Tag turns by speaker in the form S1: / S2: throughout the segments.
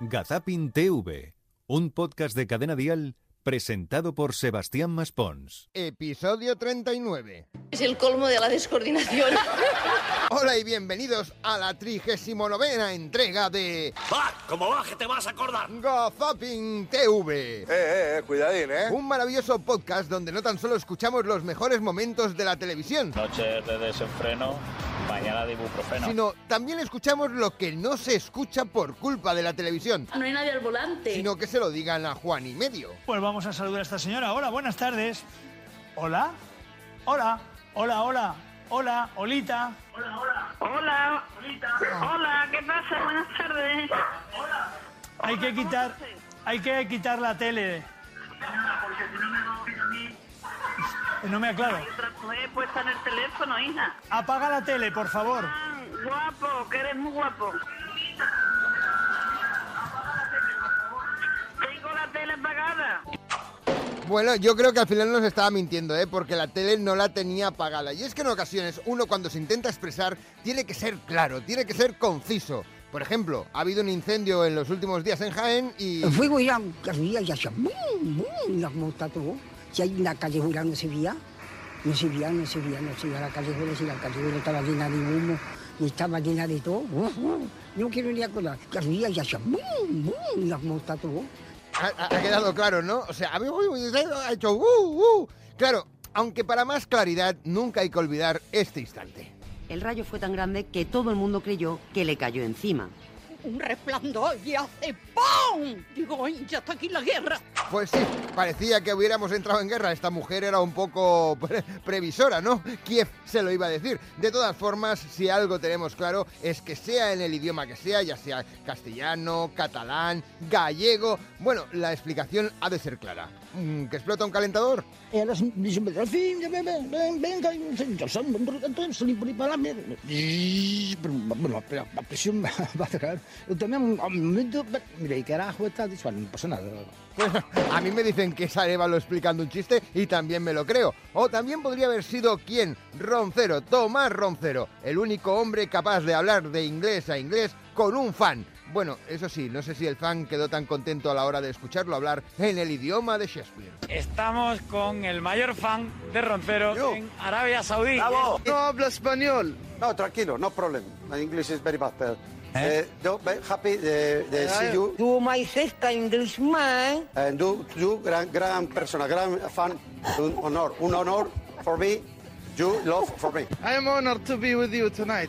S1: Gazapin TV, un podcast de cadena dial presentado por Sebastián Maspons.
S2: Episodio 39.
S3: Es el colmo de la descoordinación.
S2: Hola y bienvenidos a la 39 entrega de
S4: ¡Va! Como baje te vas a acordar.
S2: Gazapin TV.
S5: Eh, eh, eh, cuidadín, eh.
S2: Un maravilloso podcast donde no tan solo escuchamos los mejores momentos de la televisión,
S6: Noches de desenfreno, mañana de ibuprofeno.
S2: sino también escuchamos lo que no se escucha por culpa de la televisión,
S3: No hay nadie al volante.
S2: sino que se lo digan a Juan y medio.
S7: Pues vamos a saludar a esta señora. Hola, buenas tardes. Hola. Hola. Hola, hola. Hola, Olita.
S8: Hola, hola, ¿qué pasa? Buenas tardes.
S7: Hay que quitar hay que quitar la tele. No me aclaro.
S8: Hay otra mujer puesta en el teléfono, hija.
S7: Apaga la tele, por favor.
S8: Ah, Guapo, que eres muy guapo. Tengo la tele apagada.
S2: Bueno, yo creo que al final nos estaba mintiendo, ¿eh? Porque la tele no la tenía apagada. Y es que en ocasiones uno cuando se intenta expresar tiene que ser claro, tiene que ser conciso. Por ejemplo, ha habido un incendio en los últimos días en Jaén y...
S9: El fuego era carrilla y hacía ¡bum! ¡bum! Las montas todo. Si hay una callejura no se veía, no se veía, no se veía, no se veía la callejura, si la callejura estaba llena de humo, y estaba llena de todo. ¡buf! ¡buf! No quiero ni acordar. Carrilla y hacía ¡bum! ¡bum! Las montas todo.
S2: Ha, ha- ha quedado claro, ¿no? O sea, ha ha hecho... ¡uh, uh! Claro, aunque para más claridad nunca hay que olvidar este instante.
S10: El rayo fue tan grande que todo el mundo creyó que le cayó encima.
S3: Un resplandor y hace ¡pum! Digo, "Ay, ya está aquí la guerra.
S2: Pues sí, parecía que hubiéramos entrado en guerra. Esta mujer era un poco pre- previsora, ¿no? Kiev se lo iba a decir. De todas formas, si algo tenemos claro es que sea en el idioma que sea, ya sea castellano, catalán, gallego, bueno, la explicación ha de ser clara. Mm, ¿Que explota un calentador?
S9: Eh,
S2: Pues a mí me dicen que es Arevalo explicando un chiste y también me lo creo. O también podría haber sido quién, Roncero, Tomás Roncero, el único hombre capaz de hablar de inglés a inglés con un fan. Bueno, eso sí, no sé si el fan quedó tan contento a la hora de escucharlo hablar en el idioma de Shakespeare.
S7: Estamos con el mayor fan de Roncero
S5: Yo.
S7: en Arabia Saudí.
S5: ¡Bravo!
S2: No habla español.
S5: No, tranquilo, no problem. My English is very bad. but, eh, yo, very happy de, de see you.
S10: You Eh, my sister Englishman.
S5: And you, you gran, gran persona, gran fan. Un honor, un honor for me. You love for me.
S2: I am honored to be with you tonight.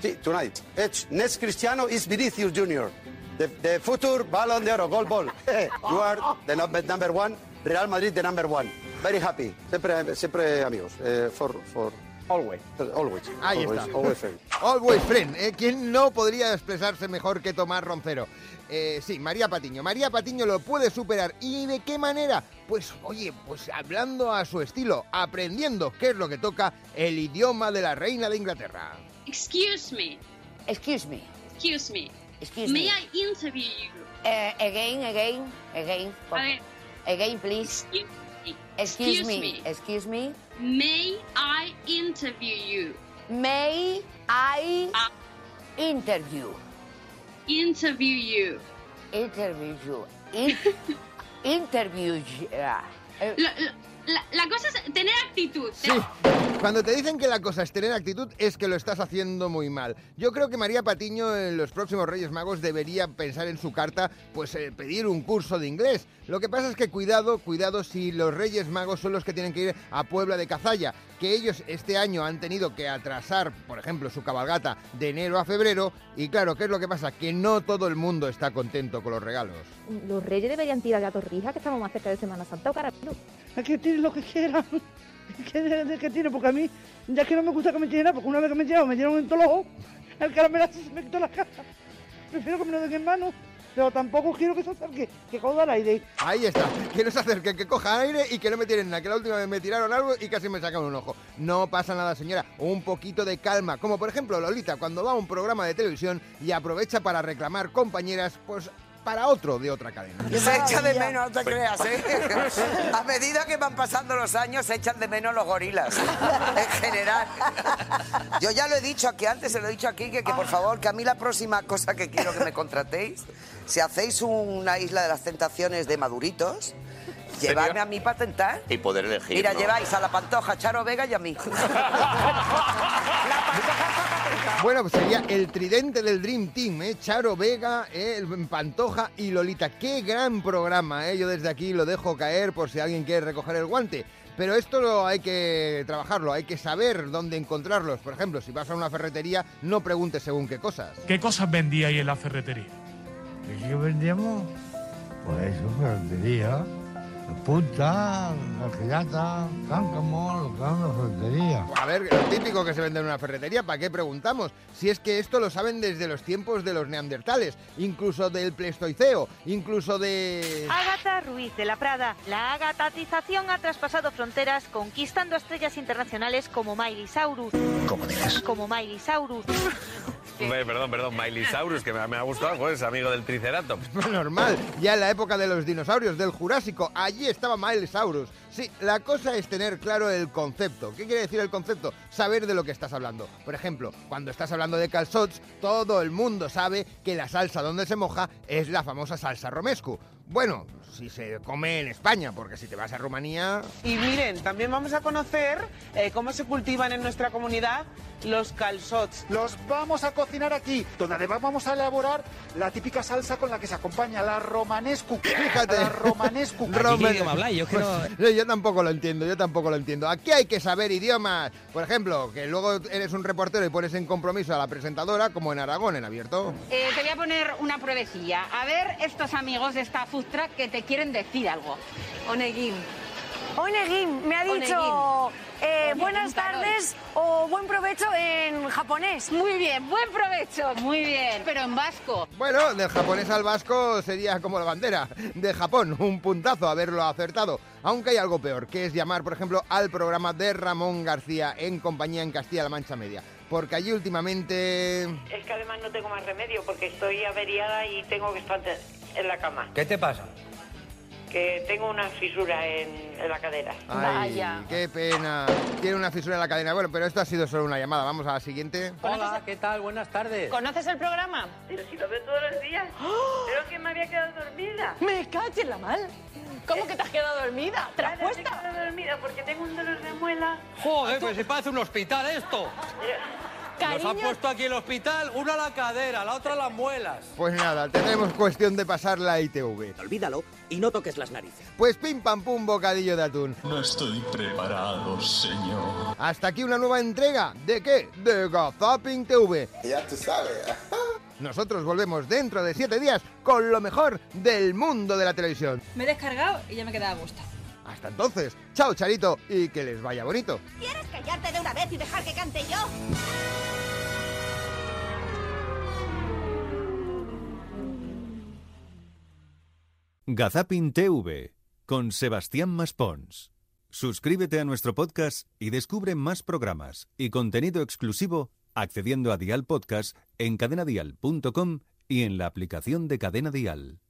S5: Sí, tonight. It's next Cristiano is Vinicius Junior. The, the future Ballon d'Or, Gold Ball. you are the number, number one. Real Madrid the number one. Very happy. Siempre, siempre amigos. Eh, for, for always, always.
S2: Ahí
S5: always,
S2: está.
S5: Always friends.
S2: Always friend, ¿eh? ¿Quién no podría expresarse mejor que Tomás Roncero? Eh, sí, María Patiño. María Patiño lo puede superar. ¿Y de qué manera? Pues, oye, pues hablando a su estilo, aprendiendo, qué es lo que toca, el idioma de la reina de Inglaterra.
S8: Excuse me,
S10: Excuse me.
S8: excuse me.
S10: Excuse me.
S8: interview you?
S10: Eh, again, again, again.
S8: A
S10: por-
S8: ver.
S10: Again, please. Excuse, me. Excuse me.
S8: May I interview you?
S10: May I interview?
S8: Interview you.
S10: Interview you. In- interview you. Ah, eh,
S8: La, cosa es tener actitud.
S2: Sí. Cuando te dicen que la cosa es tener actitud, es que lo estás haciendo muy mal. Yo creo que María Patiño en los próximos Reyes Magos debería pensar en su carta, pues eh, pedir un curso de inglés. Lo que pasa es que cuidado, cuidado si los Reyes Magos son los que tienen que ir a Puebla de Cazalla, que ellos este año han tenido que atrasar, por ejemplo, su cabalgata de enero a febrero. Y claro, ¿qué es lo que pasa? Que no todo el mundo está contento con los regalos.
S3: Los reyes deberían tirar la torrija, que estamos más cerca de Semana Santa o carajo.
S9: A que tiren lo que quieran. Que, de- que tiren, porque a mí, ya que no me gusta que me tiren nada, porque una vez que me tiraron, me tiraron en todo el ojo. El caramelazo se me quitó la cara. Prefiero que me lo den en mano. Pero tampoco quiero que se acerque, que joda el aire.
S2: Ahí está, que no se acerquen, que cojan aire y que no me tiren nada, que la última vez me tiraron algo y casi me sacan un ojo. No pasa nada, señora, un poquito de calma, como por ejemplo Lolita cuando va a un programa de televisión y aprovecha para reclamar compañeras, pues para otro de otra cadena.
S11: Y se echa de menos, no te creas, ¿eh? A medida que van pasando los años, se echan de menos los gorilas, en general. Yo ya lo he dicho aquí antes, se lo he dicho aquí, que, que
S9: Ah.
S11: por favor, que a mí la próxima cosa que quiero que me contratéis, si hacéis una isla de las tentaciones de maduritos, llevarme a mí para tentar.
S12: Y poder elegir.
S11: Mira,
S12: ¿no?
S11: lleváis a la Pantoja, Charo Vega y a mí.
S2: Bueno, pues sería el tridente del Dream Team, ¿eh? Charo Vega, ¿eh? El Pantoja y Lolita. Qué gran programa, ¿eh? Yo desde aquí lo dejo caer por si alguien quiere recoger el guante. Pero esto lo hay que trabajarlo, hay que saber dónde encontrarlos. Por ejemplo, si vas a una ferretería, no preguntes según qué cosas.
S13: ¿Qué cosas vendía ahí en la ferretería?
S14: ¿Qué vendíamos? Pues eso, ferretería. Punta, gallata, cáncamo, lo que una ferretería.
S2: A ver, lo típico que se vende en una ferretería, ¿para qué preguntamos? Si es que esto lo saben desde los tiempos de los neandertales, incluso del pleistoceo, incluso de...
S15: Ágata Ruiz de la Prada. La agatatización ha traspasado fronteras, conquistando estrellas internacionales como Miley Saurus.
S16: ¿Cómo dices?
S15: Como Miley Saurus.
S12: Hombre, perdón, perdón, Mylisaurus, que me, me ha gustado, pues, amigo del Triceratops.
S2: Normal, ya en la época de los dinosaurios, del Jurásico, allí estaba Mylisaurus. Sí, la cosa es tener claro el concepto. ¿Qué quiere decir el concepto? Saber de lo que estás hablando. Por ejemplo, cuando estás hablando de calzots, todo el mundo sabe que la salsa donde se moja es la famosa salsa romescu. Bueno, si se come en España, porque si te vas a Rumanía...
S17: Y miren, también vamos a conocer eh, cómo se cultivan en nuestra comunidad los calzots.
S18: Los vamos a cocinar aquí, donde además vamos a elaborar la típica salsa con la que se acompaña la romanescu.
S2: Fíjate.
S18: La romanescu.
S2: Roman- Pues, yo tampoco lo entiendo, yo tampoco lo entiendo. Aquí hay que saber idiomas. Por ejemplo, que luego eres un reportero y pones en compromiso a la presentadora, como en Aragón, en abierto.
S19: Eh, te voy a poner una pruebecilla. A ver, estos amigos de esta food truck que te quieren decir algo. Onegin.
S20: Onegin, me ha
S19: Onegin.
S20: dicho eh,
S19: Onegin,
S20: buenas
S19: Carol.
S20: tardes o buen provecho en japonés.
S19: Muy bien, buen provecho. Muy bien, pero en vasco.
S2: Bueno, del japonés al vasco sería como la bandera de Japón, un puntazo haberlo acertado. Aunque hay algo peor, que es llamar, por ejemplo, al programa de Ramón García en compañía en Castilla-La Mancha Media. Porque allí últimamente...
S21: Es que además no tengo más remedio porque estoy averiada y tengo que estar en la cama.
S2: ¿Qué te pasa?
S21: Que tengo una fisura en, en la cadera.
S2: Ay, qué pena. Tiene una fisura en la cadena. Bueno, pero esto ha sido solo una llamada. Vamos a la siguiente.
S22: Hola, ¿qué tal? Buenas tardes.
S19: ¿Conoces el programa?
S21: Pero si lo veo todos los días.
S15: ¡Ah!
S21: Creo que me había quedado dormida.
S19: Me caché la mal.
S23: Eh.
S19: ¿Cómo que te has quedado dormida? ¿Te has
S21: Nada, me he
S19: puesto?
S21: quedado dormida porque tengo un dolor de muela.
S22: Joder, pues si parece un hospital esto. Nos han
S21: Cariño.
S22: puesto aquí el hospital, una a la cadera, la otra a las muelas.
S2: Pues nada, tenemos cuestión de pasar la ITV.
S22: Olvídalo y no toques las narices.
S2: Pues pim pam pum, bocadillo de atún.
S24: No estoy preparado, señor.
S2: Hasta aquí una nueva entrega. ¿De qué? De Gazaping TV.
S24: Ya tú sabes.
S2: Nosotros volvemos dentro de siete días con lo mejor del mundo de la televisión.
S25: Me he descargado y ya me queda a gusto.
S2: Hasta entonces, chao Charito y que les vaya bonito.
S23: ¿Quieres callarte de una vez y dejar que cante yo?
S1: Gazapin TV con Sebastián Maspons. Suscríbete a nuestro podcast y descubre más programas y contenido exclusivo accediendo a Dial Podcast en cadenadial.com y en la aplicación de Cadena Dial.